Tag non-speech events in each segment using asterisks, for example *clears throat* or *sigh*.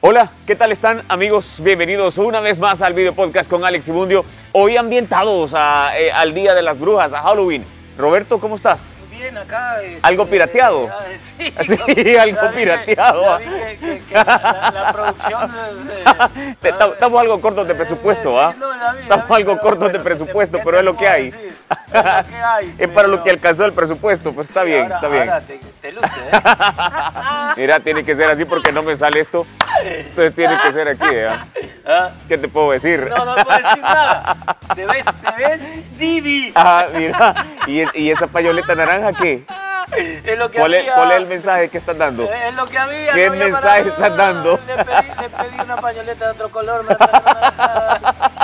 Hola, ¿qué tal están amigos? Bienvenidos una vez más al video podcast con Alex Ibundio. Hoy ambientados a, eh, al Día de las Brujas, a Halloween. Roberto, ¿cómo estás? *laughs* Bien, acá. eh, ¿Algo eh, pirateado? eh, *laughs* sí, *laughs* Sí, como- ya algo vi que- pirateado, ya ah. vi que- que- que la, la producción. *laughs* es, *laughs* eh, Te- ta- Estamos algo cortos de eh, presupuesto, sí, ¿ah? no, la vi, la Estamos vi, algo pero cortos de bueno, presupuesto, ¿qué pero es te lo que puedo hay. decir? Es lo que hay. *laughs* Es para lo pero- que alcanzó el presupuesto, pues está sí, bien, ahora- está bien. Ahora te, te luce, ¿eh? *laughs* Mira, tiene que ser así porque no me sale esto. Entonces tiene que ser aquí, ¿ah? ¿Ah? ¿Qué te puedo decir? No, no puedo decir nada. Te ves, te ves divi. *laughs* Ah, mira. ¿Y, es- y esa payoleta naranja qué? Es lo que ¿Cuál es, había. cuál es el mensaje que estás dando? Es lo que había. ¿Qué no había mensaje para- estás dando? Le pedí, le pedí una pañoleta de otro color. me trajeron una- *laughs*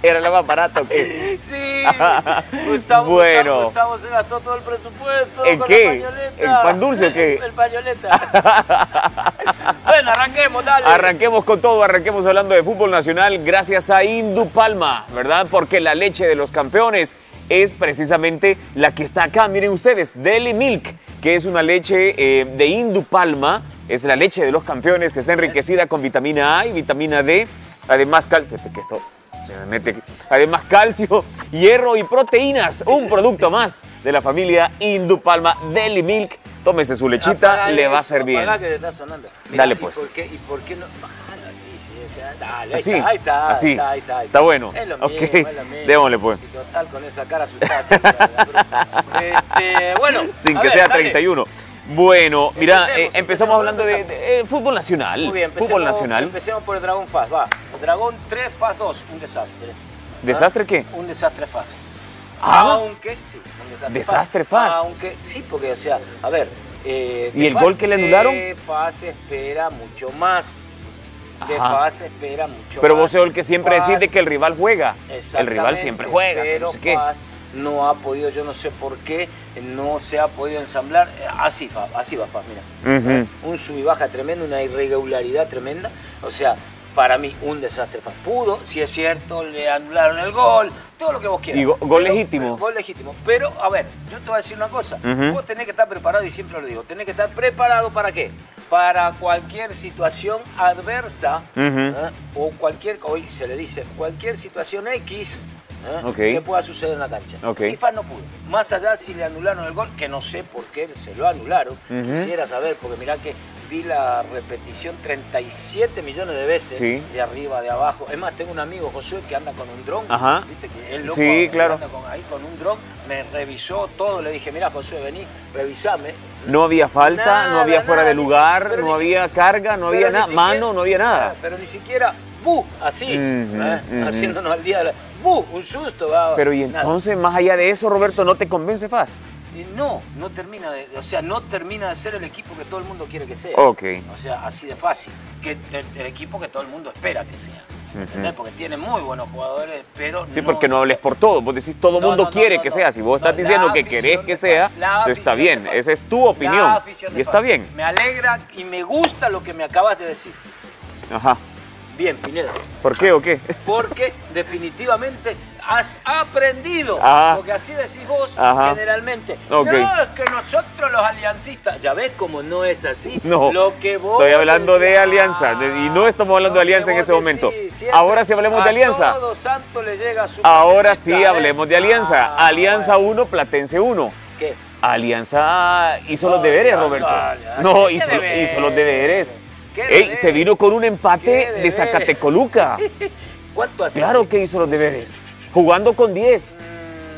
¿Era la más barata o qué? *laughs* Sí, Gustavo, Bueno. Gustavo, Gustavo se gastó todo el presupuesto. ¿En con qué? La pañoleta. ¿En pan dulce o qué? *laughs* El, pañoleta. *laughs* bueno, arranquemos, dale. Arranquemos con todo, arranquemos hablando de fútbol nacional gracias a Indu Palma, ¿verdad? Porque la leche de los campeones es precisamente la que está acá. Miren ustedes, Deli Milk, que es una leche eh, de Indu Palma, es la leche de los campeones que está enriquecida con vitamina A y vitamina D, además cal- fíjate que esto se me mete aquí. Además calcio, hierro y proteínas, un producto más de la familia Indu Palma Deli Milk. Tómese su lechita, Apaga le va a eso, ser bien. apaga que te está sonando. Dale, pues. ¿Y por qué, y por qué no? Bájala, sí, sí, o sea, dale, ahí Así, está, ahí está, así. ahí está, ahí está, ahí Está bueno. Es lo Ok, mismo, es lo mismo. démosle, pues. Y total, con esa cara asustada. *laughs* sí, la bruja. este, bueno. sin a que ver, sea dale. 31. Bueno, mira, eh, Empecemos, empezamos, empecemos, hablando de, empezamos. de, eh, fútbol nacional. Muy bien, empecemos, fútbol nacional. empecemos por el Dragón Fast, va. El Dragón 3, Fast 2, un desastre. ¿Ah? ¿Desastre qué? Un desastre Fast. Ah. Aunque, sí, un desastre, Desastre Fast. Aunque, sí, porque, o sea, a ver. eh, ¿Y de el gol que le de anularon? Fast espera mucho más. De Ajá. Fast espera mucho Pero más. vos sos el que siempre Fast, decís de que el rival juega. El Exactamente, rival siempre juega. que Pero no sé qué. Faz no ha podido, yo no sé por qué, no se ha podido ensamblar. Eh, Así va, así va Faz, mira. Ujú. Un sub y baja tremendo, una irregularidad tremenda. O sea, para mí, un desastre Faz. Pudo, si es cierto, le anularon el gol, todo lo que vos quieras. Y go- gol Pero- legítimo. Gol legítimo. Pero, a ver, yo te voy a decir una cosa. Ujú. Vos tenés que estar preparado, y siempre lo digo, tenés que estar preparado para qué? Para cualquier situación adversa Ujú. ¿eh? o cualquier, hoy se le dice, cualquier situación X ¿eh? Ok. que pueda suceder en la cancha. Ok. Y Faz no pudo. Más allá si le anularon el gol, que no sé por qué se lo anularon, Ujú. quisiera saber, porque mirá que vi la repetición 37 millones de veces, Sí. de arriba, de abajo. Es más, tengo un amigo, Josué, que anda con un dron, Ajá. ¿viste? Que él loco, Sí, que claro. anda con- ahí con un dron, me revisó todo, le dije, mira Josué, vení, revisame. No había falta, no Nada, había fuera nada, de ni si- lugar, pero no ni había carga, no había Pero ni nada, siquiera- mano, no había nada. Pero ni siquiera, bu, así, Ujú, ¿eh? ujú. haciéndonos al día de la... Bu, un susto. va, Pero y nada. entonces, más allá de eso, Roberto, ¿no te convence Faz? Eh, No, no termina de, o sea, no termina de ser el equipo que todo el mundo quiere que sea. Ok. O sea, así de fácil. Que el, el equipo que todo el mundo espera que sea. ¿Entendés? Porque tiene muy buenos jugadores, pero Sí, porque no hables por todo. Vos decís, todo el No, mundo no, no, quiere no, que no. sea. Si vos No, estás la diciendo que afición querés que de sea, Faz, la entonces está afición bien. de Faz. Esa es tu opinión. La afición de Y está Faz. bien. Me alegra y me gusta lo que me acabas de decir. Ajá. Bien, Pineda. ¿Por Ah. qué o qué? Porque definitivamente has aprendido. Ajá. Porque así decís vos Ah. Ajá. generalmente. Ok. No, es que nosotros los aliancistas. Ya ves como no es así. No, Lo que vos estoy hablando de decís- alianza, de- y no estamos hablando de Lo que alianza en vos ese momento. siempre Ahora sí hablemos de a alianza. todo santo le llega su Ahora panelista, sí ¿eh? hablemos de Alianza. Ah, Alianza bueno. 1, Platense 1. ¿Qué? Alianza hizo los Ay, deberes, ay, Roberto. ay, ay. No, ¿Qué hizo, deberes? hizo los deberes. ¿Qué Ey, deberes? se vino con un empate ¿Qué de deberes? *laughs* Zacatecoluca. ¿Cuánto hace? Claro que hizo los deberes. Jugando con 10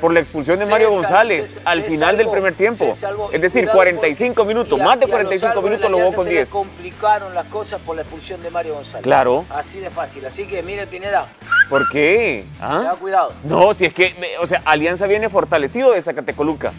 por la expulsión de Se Mario sal- González se- al se final del salvó, primer tiempo. se salvó. Es Y decir, cuidado 45 porque- minutos, y a- más de y a 45 Rosalvo de minutos la lo jugó Alianza con se le 10. complicaron las cosas por la expulsión de Mario González. Claro. Así de fácil. Así que mire, Pineda, ¿Por qué? ¿Ah? tenga cuidado. No, si es que, me- o sea, Alianza viene fortalecido de Zacatecoluca.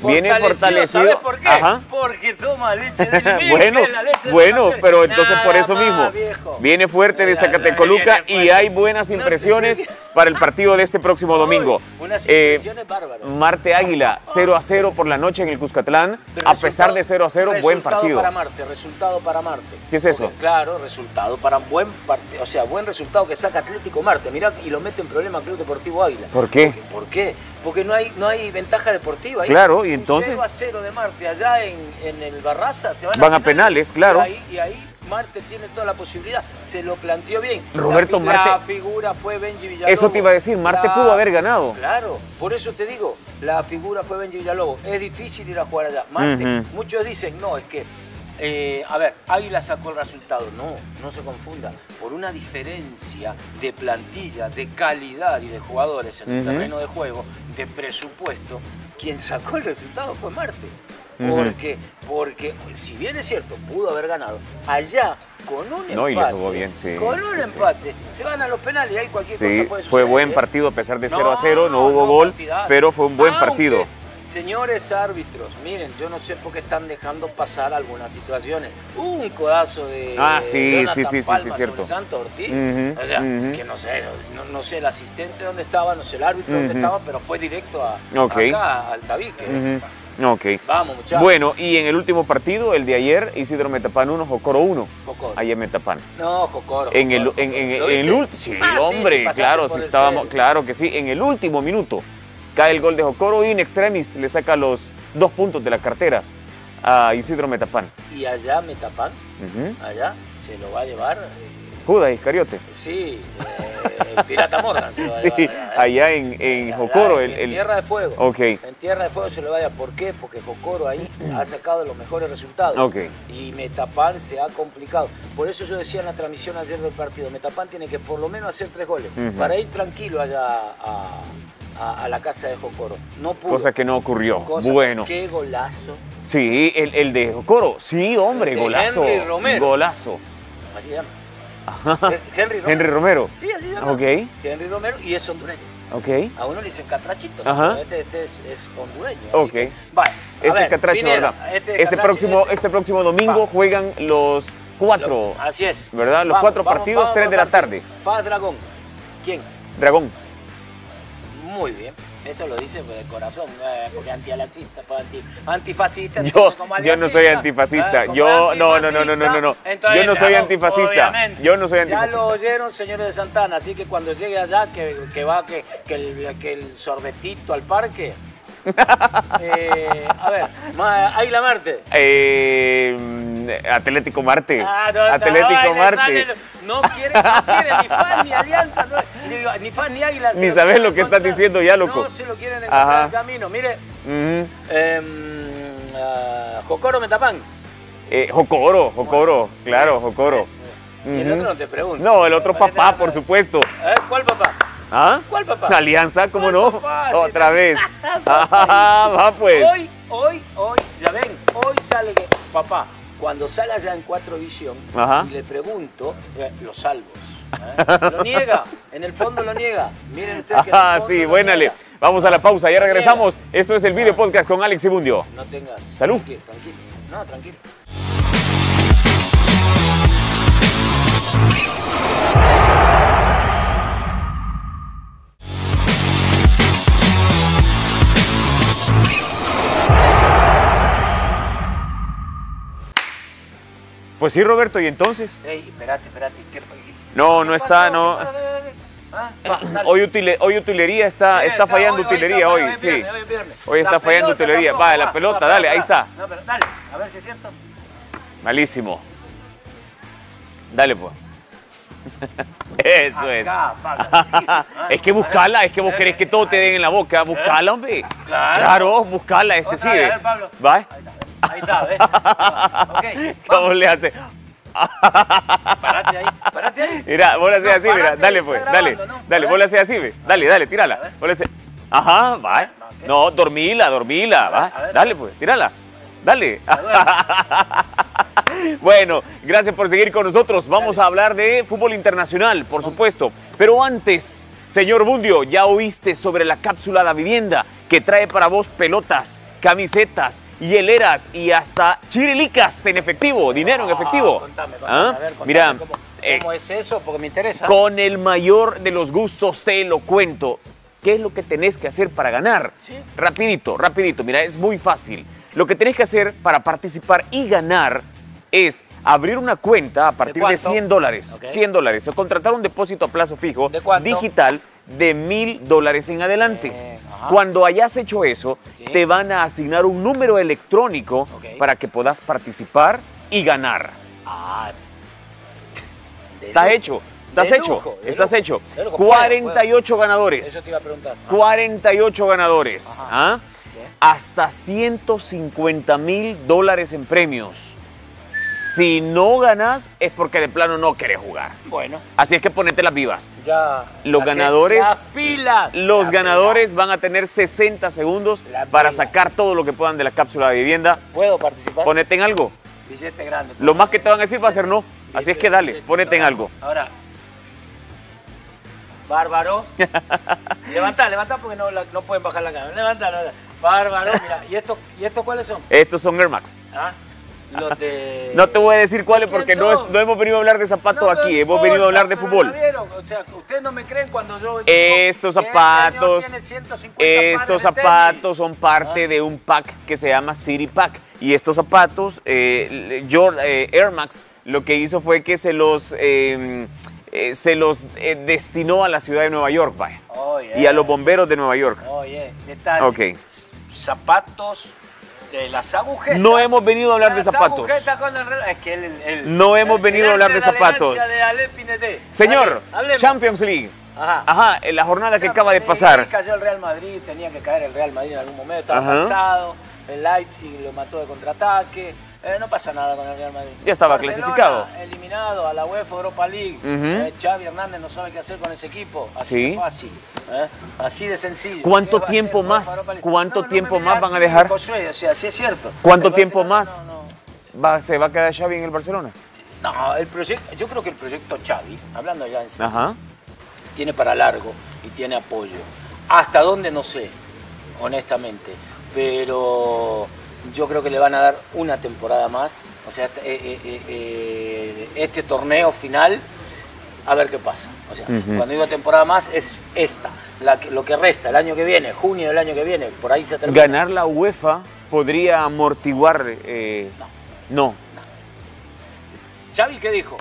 Viene fortalecido. ¿Sabes por qué? Ajá. Porque toma *laughs* leche del Mil, bueno, que es la leche del bueno, Mil. pero entonces Nada por eso más, mismo. viejo. Viene fuerte de Mira, Zacatecoluca viene y fuerte. hay buenas No se impresiones diga. para el partido de este próximo domingo. Uy, unas Eh, impresiones bárbaras. Marte Águila, 0 a 0 por la noche en el Cuscatlán. Pero A resultado- pesar de 0 a 0, buen resultado partido. para Marte, resultado para Marte. ¿Qué es eso? Porque, claro, resultado para un buen partido, o sea, buen resultado que saca Atlético Marte. Mirá, y lo mete en problema Club Deportivo Águila. ¿Por qué? ¿Por qué? Porque no hay, no hay ventaja deportiva. ahí. Claro, y Un entonces- 0 a 0 de Marte allá en, en el Barraza se van, Van a penales, claro. Y ahí, y ahí Marte tiene toda la posibilidad. Se lo planteó bien. Roberto la, fi- Marte- La figura fue Benji Villalobos. Eso te iba a decir, Marte La- pudo haber ganado. Claro, por eso te digo, la figura fue Benji Villalobos. Es difícil ir a jugar allá. Marte, Ujú. muchos dicen, no, es que, eh, a ver, Águila sacó el resultado. No, no se confunda. Por una diferencia de plantilla, de calidad y de jugadores en el Ujú. terreno de juego, de presupuesto, quien sacó el resultado fue Marte. Ujú. Porque, porque si bien es cierto, pudo haber ganado, allá con un No, empate. y le jugó bien, sí, Con un sí, sí. empate. Se van a los penales y ahí cualquier Sí, cosa puede fue suceder, buen ¿eh? partido a pesar de 0 a 0, no hubo gol, partidazo. pero fue un buen Aunque, *laughs* partido. Señores árbitros, miren, yo no sé por qué están dejando pasar algunas situaciones. Hubo un codazo de Ah, sí, Jonathan sí, sí, sí, sí, Palma cierto. sobre Santo Ortiz. Ujú, o sea, ujú. que no sé, no, no sé el asistente dónde estaba, no sé el árbitro dónde Ujú. estaba, pero fue directo a, Ok. acá, al tabique. Ujú, ok. Vamos, muchachos. Bueno, y en el último partido, el de ayer, Isidro Metapan 1, Jocoro 1. Jocoro. Ayer Metapan. No, Jocoro. En el, Jocoro, en, en- ¿Lo en el viste? ult- sí, Ah, sí, hombre, sí, pasaste claro, por sí el estábamos, cero. claro que sí. En el último minuto cae el gol de Jocoro y en extremis le saca los dos puntos de la cartera a Isidro Metapan. Y allá Metapan, Ujú. allá, se lo va a llevar, eh, Judas Iscariote. sí, eh, el Pirata Morgan se lo va a *laughs* Sí, llevar. allá, eh. allá en, en Allá, Jocoro. En, El, el- Tierra de Fuego. Ok. En Tierra de Fuego se lo vaya. ¿Por qué? Porque Jocoro ahí ha sacado los mejores resultados. Ok. Y Metapan se ha complicado. Por eso yo decía en la transmisión ayer del partido, Metapan tiene que por lo menos hacer tres goles Ujú. para ir tranquilo allá a, a- a la casa de Jocoro. No pudo. cosa que no ocurrió. Cosa- bueno. Qué golazo. Sí, el, el de Jocoro. Sí, hombre, El de golazo. Henry Romero. Golazo. Así se llama. Henry Romero. Henry Romero. Sí, así se llama. Ok. Henry Romero y es hondureño. Ok. A uno le dicen catrachito, Ajá. pero este, este es, es hondureño. así Ok. que- vale. a Este ver, catracho, Pineda, ¿verdad? Este, Este, catracho, próximo, este- este próximo domingo Va. juegan los cuatro, Lo- ah. así es. ¿verdad? Los cuatro partidos, tres por de la partido. Faz Dragón. ¿Quién? Dragón. Muy bien. Eso lo dice pues, de corazón, eh, porque antialaxista, pues, anti, antifascista. Yo, entonces, como yo no soy aliancista, antifascista. eh, como Yo, no, no, no, no, no, no, antifascista, no. entonces, Yo no soy claro, antifascista. obviamente. Yo no soy Ya lo antifascista. oyeron, señores de Santana, así que cuando llegue allá, que, que va, que, que el, que el sorbetito *laughs* al parque. Eh, a ver, ma- Águila Marte. Eh, mm, Atlético Marte. Ah, no, no, ay, Atlético le Marte. sale lo- No quiere, no quiere ni fan ni alianza, no- ni, ni fan ni águila. se Ni lo sabes quieren lo que estás encontrar. diciendo ya, loco. No se lo quieren encontrar Ajá. el camino. Mire, Ujú. em, ah, Jocoro Metapán. Eh, Jocoro, Jocoro, claro, Jocoro. Eh, Y el Ujú. otro no te pregunto. No, el otro Parece papá, la- por supuesto. Eh, ¿Cuál papá? ¿Ah? ¿Cuál papá? Alianza, ¿cómo ¿Cuál no? papá? Si Otra te- vez. *laughs* Papá. Ah, *laughs* va pues. Hoy, hoy, hoy, ya ven, hoy sale que- papá. Cuando sale allá en Cuatro Visión Ajá. y le pregunto, eh, los salvos. ¿eh? Lo niega, en el fondo lo niega. Miren ustedes que en el Ah, fondo sí, lo buénale. niega. Vamos a la pausa, ya Lo niega. regresamos. Esto es el video Ah. podcast con Alex Ibundio. No tengas. Salud. Tranquilo, tranquilo. No, tranquilo. Pues sí, Roberto, ¿y entonces? Ey, espérate, espérate. ¿Qué- No, qué no está, pasó? no. Eh, Ah, va, dale. Hoy, utile- hoy utilería está, Sí, está fallando hoy- hoy utilería está- hoy, es sí. viernes, es viernes. Hoy está La fallando pelota utilería. tampoco, Va, la pelota, va, dale, va, ahí va. está. No, pero dale, a ver si es cierto. Malísimo. Dale, pues. *laughs* Eso es. Acá, *laughs* paga, sí. Ah, Eh, Es que no, buscala, vale. es que vos querés que todo te den en la boca. Buscala, hombre. Eh, Claro. Claro, buscala, este Otra vez, sigue. a ver, Pablo. ¿Va? Ahí *laughs* está, ¿ves? Ok, ¿Cómo vamos, le hace? parate ahí, parate ahí. Mira, vos la haces No, así, mira, parate, dale pues, está dale, grabando, ¿no? dale, A vos ver. la haces así, ve, dale, dale, A tírala, ver. vos la haces- ajá, va, ver, no, ¿qué? no, dormila, dormila, va, a ver. dale pues, tírala, dale. A *laughs* ver, Bueno, gracias por seguir con nosotros, vamos a hablar de fútbol internacional, por supuesto, pero antes, señor Bundio, ya oíste sobre la cápsula La Vivienda, que trae para vos pelotas, camisetas, hieleras y hasta chirilicas en efectivo, dinero en efectivo. Ah, contame, contame, ¿Ah? a ver, contame Mira, cómo, eh, cómo es eso, porque me interesa. con el mayor de los gustos te lo cuento. ¿Qué es lo que tenés que hacer para ganar? Sí. Rapidito, rapidito. Mira, es muy fácil. Lo que tenés que hacer para participar y ganar es abrir una cuenta a partir de, cuánto? 100 dólares. Ok. 100 dólares. O contratar un depósito a plazo fijo ¿De cuánto? digital de 1000 dólares en adelante. Eh, ajá. Cuando hayas hecho eso, Sí. te van a asignar un número electrónico Ok. para que puedas participar y ganar. Ah, Estás lujo. hecho. Estás De hecho. lujo, de estás lujo, hecho. de lujo. Puedo, 48 ganadores. Eso te iba a preguntar. Ah, 48 ganadores. Ajá. ¿ah? sí. ¿eh? Hasta 150 mil dólares en premios. Si no ganas es porque de plano no quieres jugar. Bueno, Así es que ponete las vivas. ya. Los la que- ganadores- Las pilas. Los La ganadores van a tener 60 segundos La para pela. sacar todo lo que puedan de la cápsula de vivienda. pila. ¿Puedo participar? Ponete en algo. Billete grande. por Lo más favor. que te van a decir va a ser no. Así es que dale, ponete en algo. Ahora. *laughs* Bárbaro. levantá, levantá porque no, la- no pueden bajar la cámara. Levantá, levantá. Bárbaro, mira. ¿Y estos y estos cuáles son? Estos son Air Max. ¿Ah? Los de. No te voy a decir cuáles ¿de quién porque no, es- son? no hemos venido a hablar de zapatos No, aquí, no hemos venido a importa, hablar de pero fútbol. la vieron, O sea, ustedes no me creen cuando yo. digo, Estos "Este zapatos, señor tiene 150 pares de estos zapatos tenis". son parte Ah. de un pack que se llama City Pack. Y estos zapatos, eh, yo, eh, Air Max, lo que hizo fue que se los, eh, eh, se los eh, destinó a la ciudad de Nueva York, vaya. Oh, yeah. Y a los bomberos de Nueva York. Oye, detalle. Ok. S- Zapatos de las agujetas. No hemos venido a hablar de Las zapatos. agujetas con el reloj. Es que el- el- el- No hemos el- venido a el hablar arte de la elegancia zapatos. de Ale Pinedé. Señor, Hable- hablemos. Champions League. Ajá. Ajá, en la jornada que Champions acaba de League, pasar. Cayó el Real Madrid, tenía que caer el Real Madrid en algún momento, estaba Ajá. cansado. El Leipzig lo mató de contraataque. eh, no pasa nada con el Real Madrid. Ya estaba Barcelona, clasificado. Eliminado a la UEFA Europa League. Ujú. Eh, Xavi Hernández no sabe qué hacer con ese equipo. Así Sí. de fácil. eh, Así de sencillo. ¿Cuánto ¿Qué va a tiempo hacer UEFA más? Europa League? ¿Cuánto No, no me tiempo mirás más van a así, dejar? Josué, o sea, sí es cierto. ¿Cuánto El tiempo Barcelona más? no- no- Va- ¿Se va a quedar Xavi en el Barcelona? no, el proyecto, yo creo que el proyecto Xavi, hablando ya en serio, Ajá. tiene para largo y tiene apoyo. Hasta dónde no sé, honestamente, pero yo creo que le van a dar una temporada más, o sea, este, eh, eh, eh, eh, este torneo final, a ver qué pasa. O sea, Ujú. cuando digo temporada más es esta, la que- lo que resta, el año que viene, junio del año que viene, por ahí se termina. Ganar la UEFA podría amortiguar. eh, no. ¿Xavi qué dijo?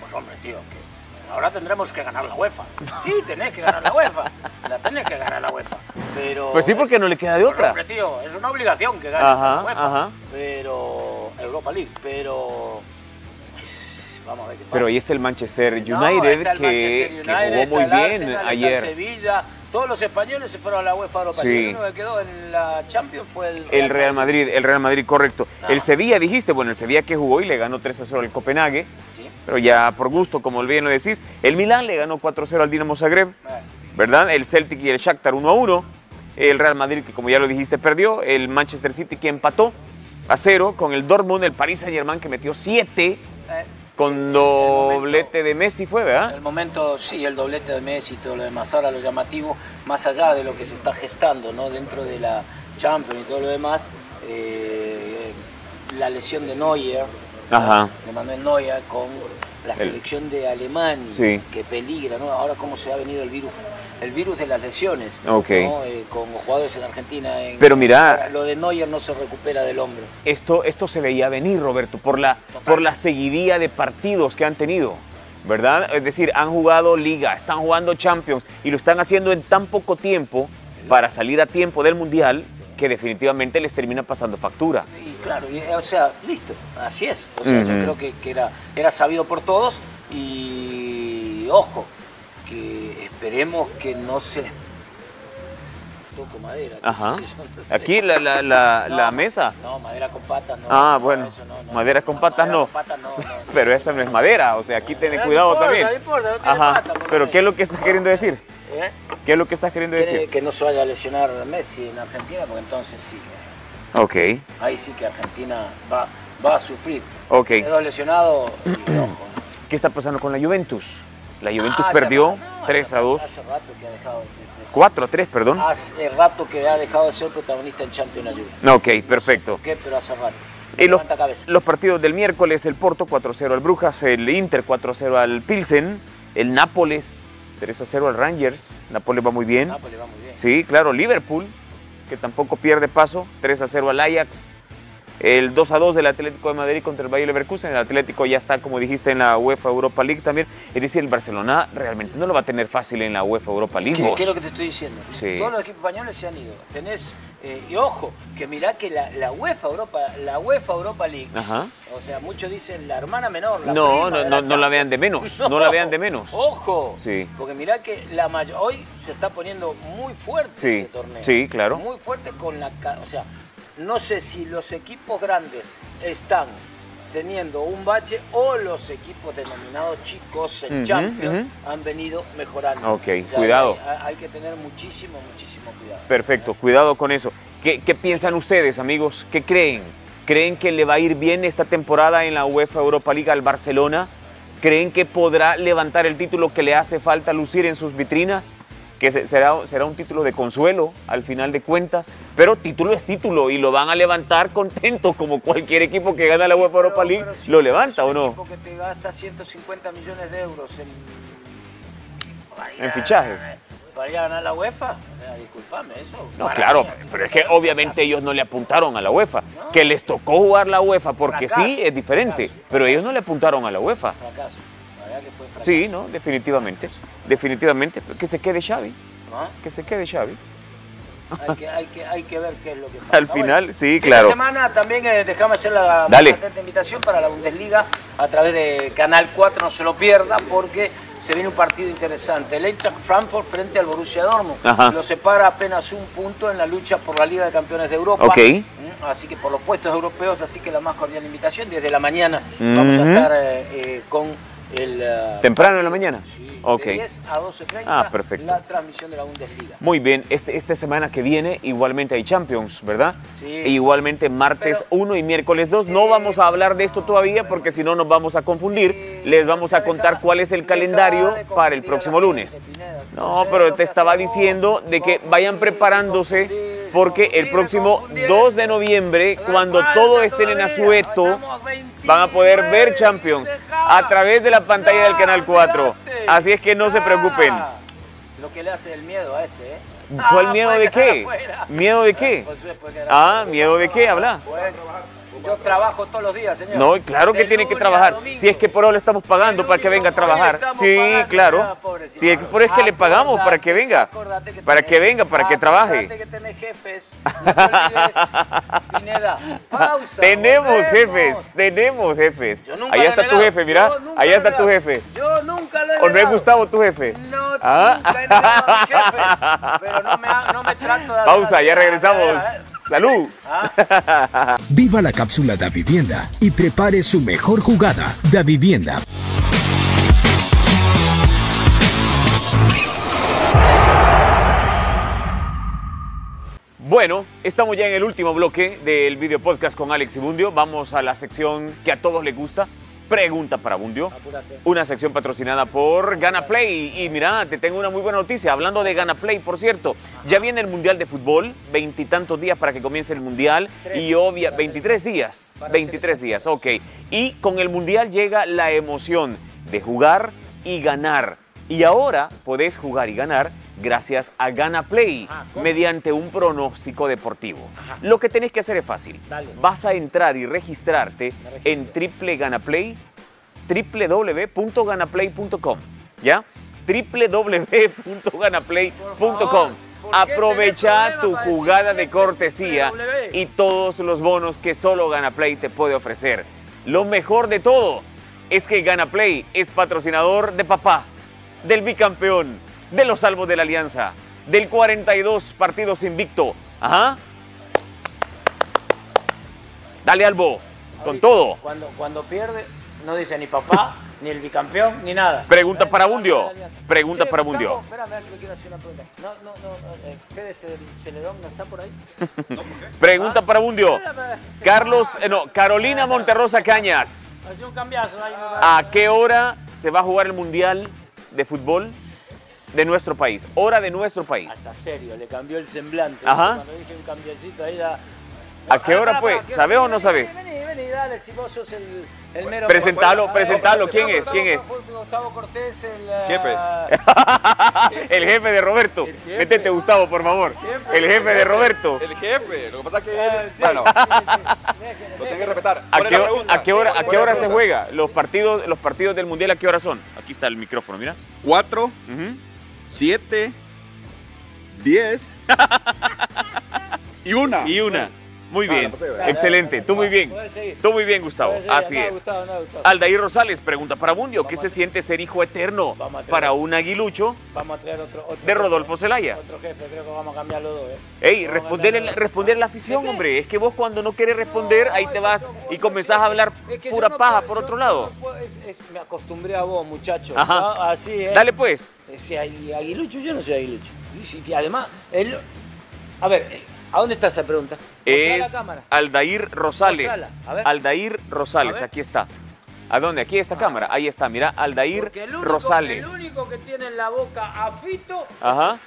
Pues hombre, tío, que ahora tendremos que ganar la UEFA. Sí, tenés que ganar la UEFA. La tenés que ganar la UEFA. Pero Pues sí, porque no le queda de Pues, otra. hombre, tío, es una obligación que gane Ajá, la UEFA. ajá. Pero Europa League, pero vamos a ver qué pasa. Pero ahí está el Manchester United, No, está el que, Manchester que United, jugó muy está el bien Arsenal, está el ayer. Sevilla, todos los españoles se fueron a la UEFA Europa Sí. League. El único que quedó en la Champions fue el Real, El Real Madrid, el Real Madrid, correcto. No. El Sevilla, dijiste, bueno, el Sevilla que jugó y le ganó 3 a 0 al Copenhague, Madrid. pero ya por gusto, como bien lo decís. El Milán le ganó 4 a 0 al Dinamo Zagreb, Sí. Bueno. ¿verdad? El Celtic y el Shakhtar 1 a 1. El Real Madrid, que como ya lo dijiste, perdió. El Manchester City, que empató a 0 con el Dortmund. El Paris Saint-Germain, que metió 7 Eh, con momento- doblete de Messi, fue, En el ¿verdad? momento, sí, el doblete de Messi y todo lo demás. Ahora lo llamativo, más allá de lo que se está gestando ¿no? dentro de la Champions y todo lo demás, eh, la lesión de Neuer, Ajá. de Manuel Neuer, con la selección de Alemania, Sí. que peligra. ¿no? Ahora cómo se ha venido el virus el virus de las lesiones, Ok. ¿no? Eh, con jugadores en Argentina. en- Pero mirá- Lo de Neuer no se recupera del hombro. esto, esto se veía venir, Roberto, por la, por la seguidilla de partidos que han tenido, ¿verdad? Es decir, han jugado liga, están jugando Champions y lo están haciendo en tan poco tiempo para salir a tiempo del Mundial que definitivamente les termina pasando factura. Y claro, y, o sea, listo, así es. O sea, Ujú. yo creo que, que era, era sabido por todos y ojo, que esperemos que no se... Toco madera. qué Ajá. sé yo, no sé. Aquí la, la- la- No, la mesa, No, madera con patas no. Ah, No, bueno, eso no, no, madera no, con no, patas madera no. con patas no, no. pero esa no es madera, o sea, aquí tenés No cuidado importa, también. no importa, no tiene Ajá, pata, por lo pero ¿qué es menos. lo que estás queriendo decir? ¿Eh? ¿Qué es lo que estás queriendo Que, decir? que no se vaya a lesionar Messi en Argentina, porque entonces sí, Ok, ahí sí que Argentina va, va a sufrir. ok. Quedó lesionado y ojo. ¿no? ¿Qué está pasando con la Juventus? La *clears throat* Juventus Ah, hace perdió rato, no, 3 hace a rato, 2, Hace rato que ha dejado de, de ser- 4 a 3, perdón. Hace rato que ha dejado de ser protagonista en Champions League. No, Ok, perfecto. ¿Por qué? Pero hace rato. Y los, Levanta cabeza. los partidos del miércoles, el Porto 4-0 al Brujas, el Inter 4-0 al Pilsen, el Nápoles 3-0 al Rangers, Nápoles va muy bien. Nápoles Ah, pues va muy bien. Sí, claro, Liverpool, que tampoco pierde paso, 3-0 al Ajax, el 2 a 2 del Atlético de Madrid contra el Bayer Leverkusen. El Atlético ya está, como dijiste, en la UEFA Europa League también. Es decir, el Barcelona realmente no lo va a tener fácil en la UEFA Europa League. ¿Qué, vos. qué es lo que te estoy diciendo? Sí. Todos los equipos españoles se han ido. Tenés, eh, y ojo, que mirá que la, la UEFA Europa, la UEFA Europa League, Ajá. o sea, muchos dicen la hermana menor, la No, prima no, de no, no la Champions. vean de *laughs* menos. No, la vean de menos. Ojo. Sí. Porque mirá que la may- hoy se está poniendo muy fuerte Sí, ese torneo. sí, claro. Muy fuerte con la, ca- o sea, no sé si los equipos grandes están teniendo un bache o los equipos denominados chicos en Ujú, Champions han venido mejorando. Ok, cuidado. Hay, hay que tener muchísimo, muchísimo cuidado. Perfecto, cuidado con eso. ¿Qué, qué piensan ustedes, amigos? ¿Qué creen? ¿Creen que le va a ir bien esta temporada en la UEFA Europa League al Barcelona? ¿Creen que podrá levantar el título que le hace falta lucir en sus vitrinas? Que se- será, será un título de consuelo al final de cuentas, pero título es título y lo van a levantar contento como cualquier equipo que gana la UEFA Europa Pero- League pero si este lo es levanta un o no equipo que te gasta 150 millones de euros en, para ir en a- fichajes. ¿Para ir a ganar la UEFA? O sea, disculpame, eso. No, para claro, mí, pero es que obviamente ellos no le apuntaron a la UEFA. Que les tocó jugar la UEFA porque sí Fracaso, es diferente, fracaso. pero ellos no le apuntaron a la UEFA. Fracaso. La verdad que fue fracaso. Sí, no, definitivamente. Definitivamente que se quede Xavi, ¿no? que se quede Xavi. Hay, que, hay, que, hay que ver qué es lo que pasa. Al final, sí, fin de claro. semana también eh, dejame hacer la más Dale. atenta invitación para la Bundesliga a través de Canal 4. No se lo pierda porque se viene un partido interesante. El Eintracht Frankfurt frente al Borussia Dortmund. Ajá. Lo separa apenas un punto en la lucha por la Liga de Campeones de Europa. Ok. Mm, Así que por los puestos europeos, así que la más cordial invitación. Desde la mañana vamos a Ujú. estar eh, eh, con el... eh, ¿Temprano en la mañana? Sí, Ok. de 10 a 12.30 Ah, perfecto. la transmisión de la Bundesliga. Muy bien, este, esta semana que viene igualmente hay Champions, ¿verdad? Sí. E igualmente martes Pero- 1 y miércoles 2. Sí, no vamos a hablar de esto todavía porque si no nos vamos a confundir. Les vamos a contar cuál es el calendario para el próximo lunes. No, pero te estaba diciendo de que vayan preparándose porque el próximo 2 de noviembre, cuando todo esté en Azueto, van a poder ver Champions a través de la pantalla del Canal 4. Así es que no se preocupen. Lo que le hace el miedo a este, ¿eh? ¿Cuál miedo de qué? ¿Miedo de qué? Pues, después quedará Ah, fuera. ¿miedo de qué? Habla. Bueno, yo trabajo todos los días, señor. No, y claro que De tiene que lunes a trabajar. domingo. Si es que por ahora le estamos pagando De para que lunes venga a domingo. trabajar. Estamos Sí, pagando, claro. ah, pobrecito. Ah, Si es que por es que le pagamos para que venga. Acordate que Para tenés- Ah, que venga, para que trabaje. *laughs* acordate que tenés jefes. No te olvides, Pineda. Pausa, Tenemos volvemos. jefes, tenemos jefes. Yo nunca lo Allá he está tu negado. jefe, Yo mira. nunca Allá lo he está tu negado. jefe. Yo nunca lo he ¿O no es negado. Gustavo tu jefe? No, Ah. nunca he negado a mi jefe, pero no me, ha- no me trato de... Pausa, ya regresamos. Salud. Ah. Viva la cápsula da vivienda y prepare su mejor jugada. Da vivienda. Bueno, estamos ya en el último bloque del video podcast con Alex y Bundio. Vamos a la sección que a todos les gusta. Pregunta para Bundio. Apúrate. Una sección patrocinada por GanaPlay. Y mira, te tengo una muy buena noticia. Hablando de GanaPlay, por cierto, ya viene el Mundial de Fútbol. Veintitantos días para que comience el Mundial. Y obvia, 23 días. Para ser 23 días, ok. Y con el Mundial llega la emoción de jugar y ganar. Y ahora podés jugar y ganar gracias a GanaPlay Ah, ¿cómo? mediante un pronóstico deportivo. Ajá. Lo que tenés que hacer es fácil. Dale. Vas a entrar y registrarte Me registro. en triple GanaPlay www.ganaplay.com. ¿Ya? Por www.ganaplay.com. favor, ¿por qué tenés Aprovecha tu problema para jugada decir de cortesía www? y todos los bonos que solo GanaPlay te puede ofrecer. Lo mejor de todo es que GanaPlay es patrocinador de papá, del bicampeón, de los salvos de la alianza, del 42 partidos invicto. Ajá. Dale, Albo, con todo. Cuando, cuando pierde, no dice ni papá, ni el bicampeón, ni nada. Pregunta para Vamos Bundio. a la alianza. Pregunta Che, para Gustavo, Bundio. Espérame, Ángel, que quiero hacer una pregunta. No, no, no, eh, Fede Cel- Celedón no está por ahí. Pregunta Ah. para Bundio. Espérame. Carlos, eh, no, Carolina Monterrosa Cañas. Hace un cambiazo ahí. ¿A qué hora se va a jugar el Mundial de Fútbol de nuestro país? Hora de nuestro país. Hasta serio, le cambió el semblante. Ajá. Cuando dije un cambiacito ahí, ya- ¿A qué hora, pues? ¿Sabés o no sabés? Vení, vení, vení, dale, si vos sos el, el mero... Presentalo, Ah, presentalo, eh, ¿quién es? Gustavo ¿Quién es? Cortés, Gustavo Cortés, el... ah, *laughs* Jefe. Ah, El jefe de Roberto. jefe. Métete, Gustavo, por favor. El jefe de Roberto. El jefe, lo que pasa es que Ah, él, sí, bueno, sí, lo sí, déjeme, tenés déjeme. que respetar. ¿A ¿Cuál es qué, la hora- pregunta? a qué hora, a qué ¿Cuál es hora la se pregunta? juega? Los partidos, los partidos del Mundial, ¿a qué hora son? Aquí está el micrófono, mira. 4, Ujú. 7, *laughs* 10 y una. Y una. Muy Ah, bien. la pasé, ¿verdad? Excelente. Tú muy bien. Puedes seguir. Tú muy bien, Gustavo. Puedes seguir. Así No, es. Gustavo, no, Gustavo. Aldair Rosales pregunta para Bundio, ¿qué Vamos se a- siente ser hijo eterno Vamos a tener- para un aguilucho? Vamos a traer otro, otro De Rodolfo jefe, Zelaya. Otro jefe, creo que vamos a cambiar los dos. ¿eh? Ey, Vamos a responderle, cambiar los dos. responderle a la afición, ¿De qué? hombre. Es que vos cuando no quieres responder, ahí te vas y comenzás a hablar Es que yo pura no paja puedo- por yo otro no lado. puedo- es- es- me acostumbré a vos, muchacho. Ajá. ¿no? Así es. Dale pues. Si hay aguilucho, yo no soy aguilucho. Y, si- y además, él- a ver, eh, ¿a dónde está esa pregunta? Mostrá la Es cámara. Aldair Rosales. Mostrala, a ver. Aldair A Rosales, ver. aquí está. ¿A dónde? Aquí esta cámara. Ahí está, mira, Aldair Porque el único, Rosales. El único que tiene en la boca a Fito. Ajá.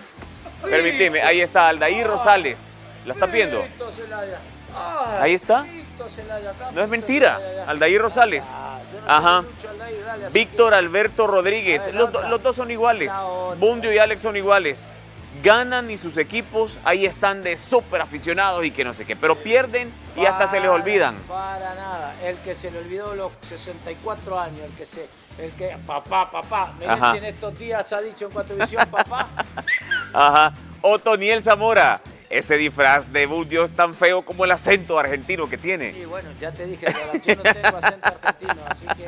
Fito. Permíteme, ahí está Aldair Ah, Rosales. ¿La está viendo? Fito Zelaya. Ah, Ahí está. Fito Zelaya, acá, No es Fito mentira. Zelaya, acá. Aldair Rosales. Ah, yo no soy Ajá. Lucho Aldair, dale, así Víctor que- Alberto A Rodríguez. ver, Los, do- otra. los dos son iguales. La otra. Bundio y Alex son iguales. Ganan y sus equipos ahí están de súper aficionados y que no sé qué. Pero pierden y hasta se les Para- olvidan. Para nada. El que se le olvidó los 64 años, el que se. El que. Papá, papá. Miren Ajá. si en estos días ha dicho en Cuatro Visión, *laughs* papá. Ajá. Otoniel Zamora. Ese disfraz de Bundio es tan feo como el acento argentino que Y tiene. bueno, ya te dije, yo no tengo acento argentino, así que.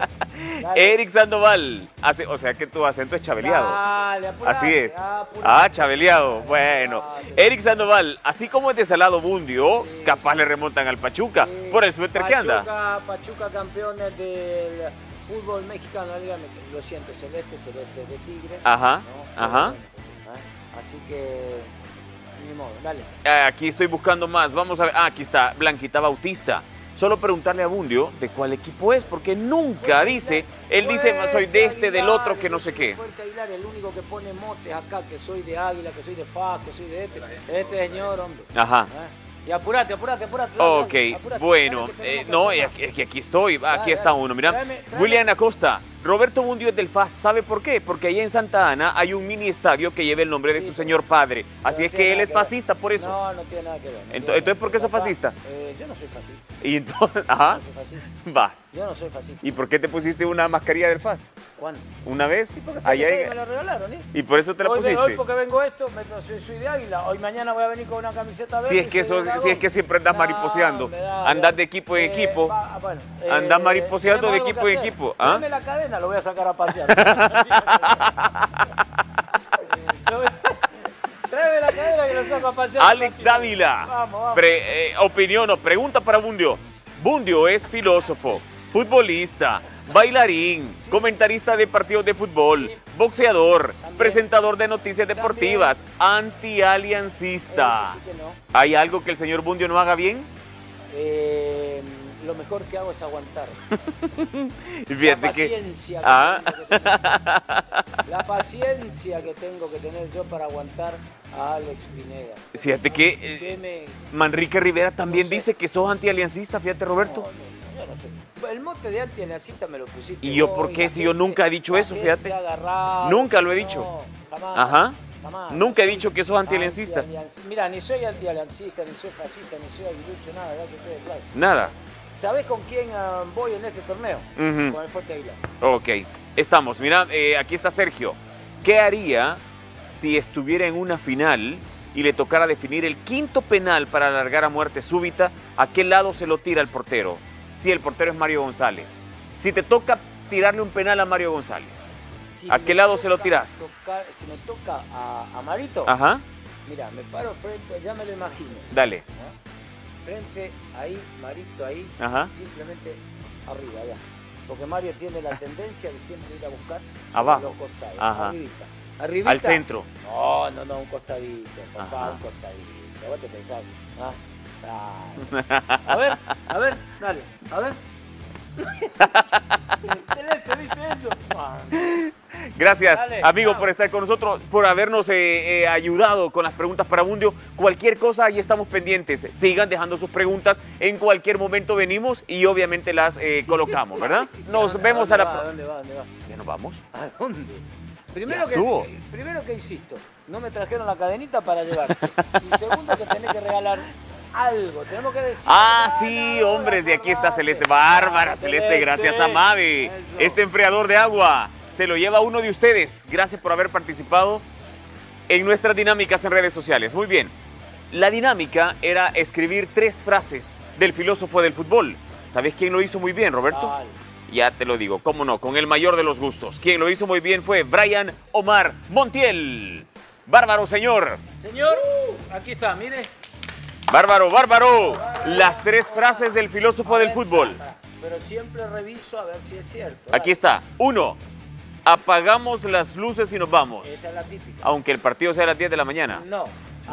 dale. Eric Sandoval. Hace- o sea que tu acento es chabeleado. Dale, apurate, Así es. apurate. Ah, chabeleado. Bueno. Apurate. Eric Sandoval, así como es de salado Bundio, Sí. capaz le remontan al Pachuca Sí. por el suéter que anda. Pachuca- Pachuca campeones del fútbol mexicano, la Liga Mexicana. lo siento, celeste, celeste de Tigres. Ajá, ¿no? Ah, ajá. ¿Ah? Así que, ni modo, dale. Ah, Aquí estoy buscando más. Vamos a ver. Ah, aquí está, Blanquita Bautista. Solo preguntarle a Bundio de cuál equipo es, porque nunca Pues, dice. Él dice, Fuerte soy de este, del Aguilar, otro, que no sé qué. Fuerte Aguilar, el único que pone motes acá, que soy de Águila, que soy de Faz, que soy de este, este señor, hombre. Ajá. ¿Ah? Y apurate, apurate, apurate. dale, Ok, dale, apurate, bueno, dale, que tenemos eh, que no, hacer es más. que aquí, aquí estoy, va, aquí Dale, está dale. uno, mira. Tráeme, tráeme. William Acosta, Roberto Bundio es del FAS, ¿sabe por qué? Porque ahí en Santa Ana hay un mini estadio que lleva el nombre de Sí, su pero- señor padre, así Pero es no tiene que él nada es ver. fascista por eso. No, no tiene nada que ver. no Ento- tiene nada que entonces, ver. ¿por qué sos Papá, fascista? ¿Ah? eh, yo no soy fascista. Y entonces, *laughs* ajá, Yo no soy fascista. va. Yo no soy fascista. ¿Y por qué te pusiste una mascarilla del FAS? ¿Cuándo? ¿Una vez? Porque fue Allá que en- me la regalaron, ¿eh? ¿Y por eso te la hoy, hoy pusiste? porque vengo esto, me, no, soy, soy de águila. Hoy mañana voy a venir con una camiseta verde. Si es y que, soy sos- si de dragón. es que siempre andas No, mariposeando, hombre, dale. andas de equipo en Eh, equipo. va- bueno, eh, Andás mariposeando de tenemos equipo algo que en hacer. equipo, ¿ah? Dame la cadena, lo voy a sacar *laughs* a pasear. *laughs* Lo voy- Tráeme la cadena que lo saco a pasear. Alex rápido. Dávila. Vamos, vamos. Pre- eh, opinión o pregunta para Bundio. Bundio es filósofo, futbolista, bailarín, comentarista de partidos de fútbol, Sí. boxeador, También. presentador de noticias deportivas, Eso anti-aliancista. sí que no. ¿Hay algo que el señor Bundio no haga bien? Eh, lo mejor que hago es aguantar. Fíjate la que. paciencia. que Ah. tengo que tener. la paciencia que tengo que tener yo para aguantar a Alex Pineda. Fíjate que, eh, ¿Qué me- Manrique Rivera también No sé. dice que sos antialiancista, fíjate Roberto. No, no, no, yo no sé. El mote de antianacista me lo pusiste. ¿Y yo vos, por qué? la Si yo nunca he dicho la eso, gente fíjate. agarrada. Nunca lo he No, dicho. Jamás. Ajá. jamás. Nunca he dicho que sos antialiancista. Antialianci- Mira, ni soy antialiancista, ni soy fascista, ni soy aguilucho, nada, ¿verdad? Que quede claro. Nada. ¿Sabés con quién ah, voy en este torneo? Ujú. Con el Fuerte Aguilar. Ok, estamos. Mira, eh, aquí está Sergio. ¿Qué haría si estuviera en una final y le tocara definir el quinto penal para alargar a muerte súbita? ¿A qué lado se lo tira el portero? Si el portero es Mario González. Si te toca tirarle un penal a Mario González. Si ¿A me qué lado se lo toca tirás? tocar- si me toca a, a Marito, Ajá, mira, me paro frente, ya me lo imagino. dale. ¿no? Frente ahí, Marito ahí, Ajá. simplemente arriba, allá. Porque Mario tiene la tendencia de siempre ir a buscar sobre Abajo. los costados, Ajá. arribita. Arribita. Al centro. No, no, no, un costadito, papá, Ajá. un costadito. Vos te pensás, *laughs* ah, dale. A ver, a ver, *laughs* dale, a ver. Excelente, ¿viste eso? Man. Gracias, Dale, amigo, chao. por estar con nosotros, por habernos eh, eh, ayudado con las preguntas para Mundio. Cualquier cosa, ahí estamos pendientes. Sigan dejando sus preguntas. En cualquier momento venimos y obviamente las *laughs* eh, colocamos, ¿verdad? Nos vemos a la ¿A próxima. dónde va? ¿A dónde va? ¿Ya nos vamos? ¿A dónde? Primero Ya estuvo. que, primero que insisto, no me trajeron la cadenita para llevar. Y segundo que tenés que regalar algo. Tenemos que decir. Ah, "Ah, sí, no, hombres, y aquí está acordate". Celeste. Bárbara Ah, Celeste, gracias a Mavi. Eso. Este enfriador de agua se lo lleva uno de ustedes. Gracias por haber participado en nuestras dinámicas en redes sociales. Muy bien. La dinámica era escribir tres frases del filósofo del fútbol. ¿Sabes quién lo hizo muy bien, Roberto? Dale. Ya te lo digo, cómo no, con el mayor de los gustos. Quien lo hizo muy bien fue Brian Omar Montiel. Bárbaro, señor. Señor, aquí está, mire. Bárbaro, bárbaro. Las tres frases del filósofo del fútbol. Pero siempre reviso a ver si es cierto. Aquí está. Uno, apagamos las luces y nos vamos. Esa es la típica. Aunque el partido sea a las 10 de la mañana. No.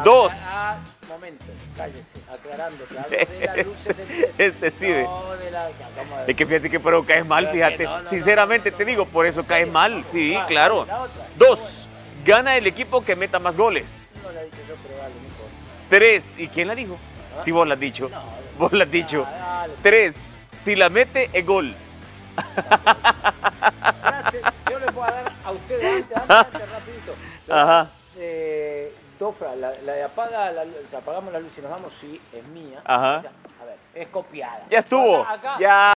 Dos. Ah, momento, cállese, aclarando. claro, de *laughs* las luces del centro. Este sí de- No, de la. vamos a ver. Es que fíjate que pero caes mal, Pero fíjate. que no, no, Sinceramente no, no, te no, digo, no. por eso ¿En caes serio? mal. Sí, Ah, claro. la otra. Dos, gana el equipo que meta más goles. No la dije yo, pero vale, no importa. Tres, ¿y quién la dijo? Si vos la has dicho. ¿Ah? No, no. Vos la has dicho. Ah, dale. Tres, si la mete es gol. Frase, yo le puedo dar a ustedes antes, *laughs* antes, antes, este rapidito. Ajá. Eh, dos frases, la, la de apaga la lu- apagamos la luz y nos vamos, sí, es mía. Ajá. O sea, a ver, es copiada. Ya estuvo. Acá- acá- Ya.